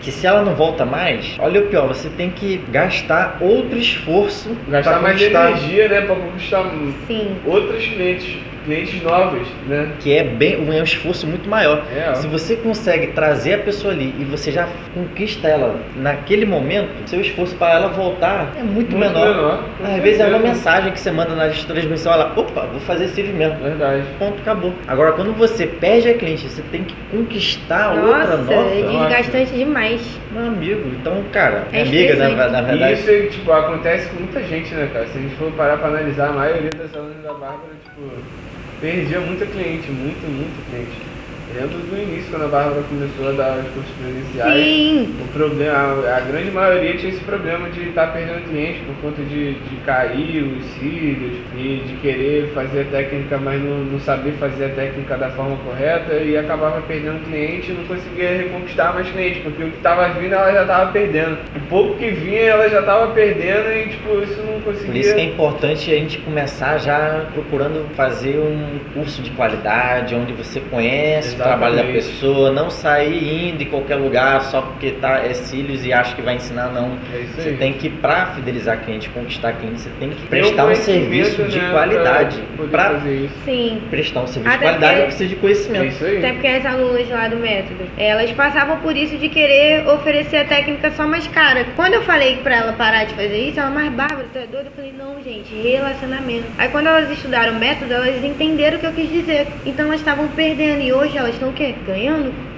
que se ela não volta mais, olha o pior, você tem que gastar outro esforço Gastar pra mais conquistar, energia, né? Pra conquistar Sim. outros clientes, clientes novos, né? que é bem é um esforço muito maior. É, Se você consegue trazer a pessoa ali e você já conquista ela naquele momento, seu esforço para ela voltar é muito, menor. com Às vezes é uma certeza. mensagem que você manda na transmissão, ela, opa, vou fazer esse vídeo mesmo. É Verdade. Ponto, acabou. Agora, quando você perde a cliente, você tem que conquistar Ah, outra Nossa, é nova. desgastante demais. Meu amigo, então, cara, É amiga, na, estressante. na E verdade. isso, tipo, acontece com muita gente, né, cara? Se a gente for parar pra analisar, a maioria das alunas da Bárbara, tipo, perdia muita cliente, muito, muito cliente. Eu lembro do início, quando a Bárbara começou a dar os cursos presenciais. Sim. O problema, a- a grande maioria tinha esse problema de estar perdendo cliente por conta de, de cair os cílios e de querer fazer a técnica, mas não, não saber fazer a técnica da forma correta e acabava perdendo cliente e não conseguia reconquistar mais cliente, porque o que estava vindo ela já estava perdendo. O pouco que vinha ela já estava perdendo e tipo, isso não Por isso que é conseguia. importante a gente começar já procurando fazer um curso de qualidade, onde você conhece o trabalho da Exatamente. pessoa, não sair indo em qualquer lugar só porque tá, é cílios e acha que vai ensinar, não. É isso Você aí. tem que, para fidelizar cliente, conquistar cliente, você tem que Ter prestar um conhecimento, serviço de né, pra qualidade. poder Para fazer isso. Sim. prestar um serviço de Até qualidade, porque- eu preciso de É conhecimento. isso aí. Até porque as alunas lá do método, elas passavam por isso de querer oferecer a técnica só mais cara. Quando eu falei pra ela parar de fazer isso, ela, mas Bárbara, tu é doida? Eu falei, não, gente, relacionamento. Aí quando elas estudaram o método, elas entenderam o que eu quis dizer. Então elas estavam perdendo e hoje elas estão o quê? Ganhando?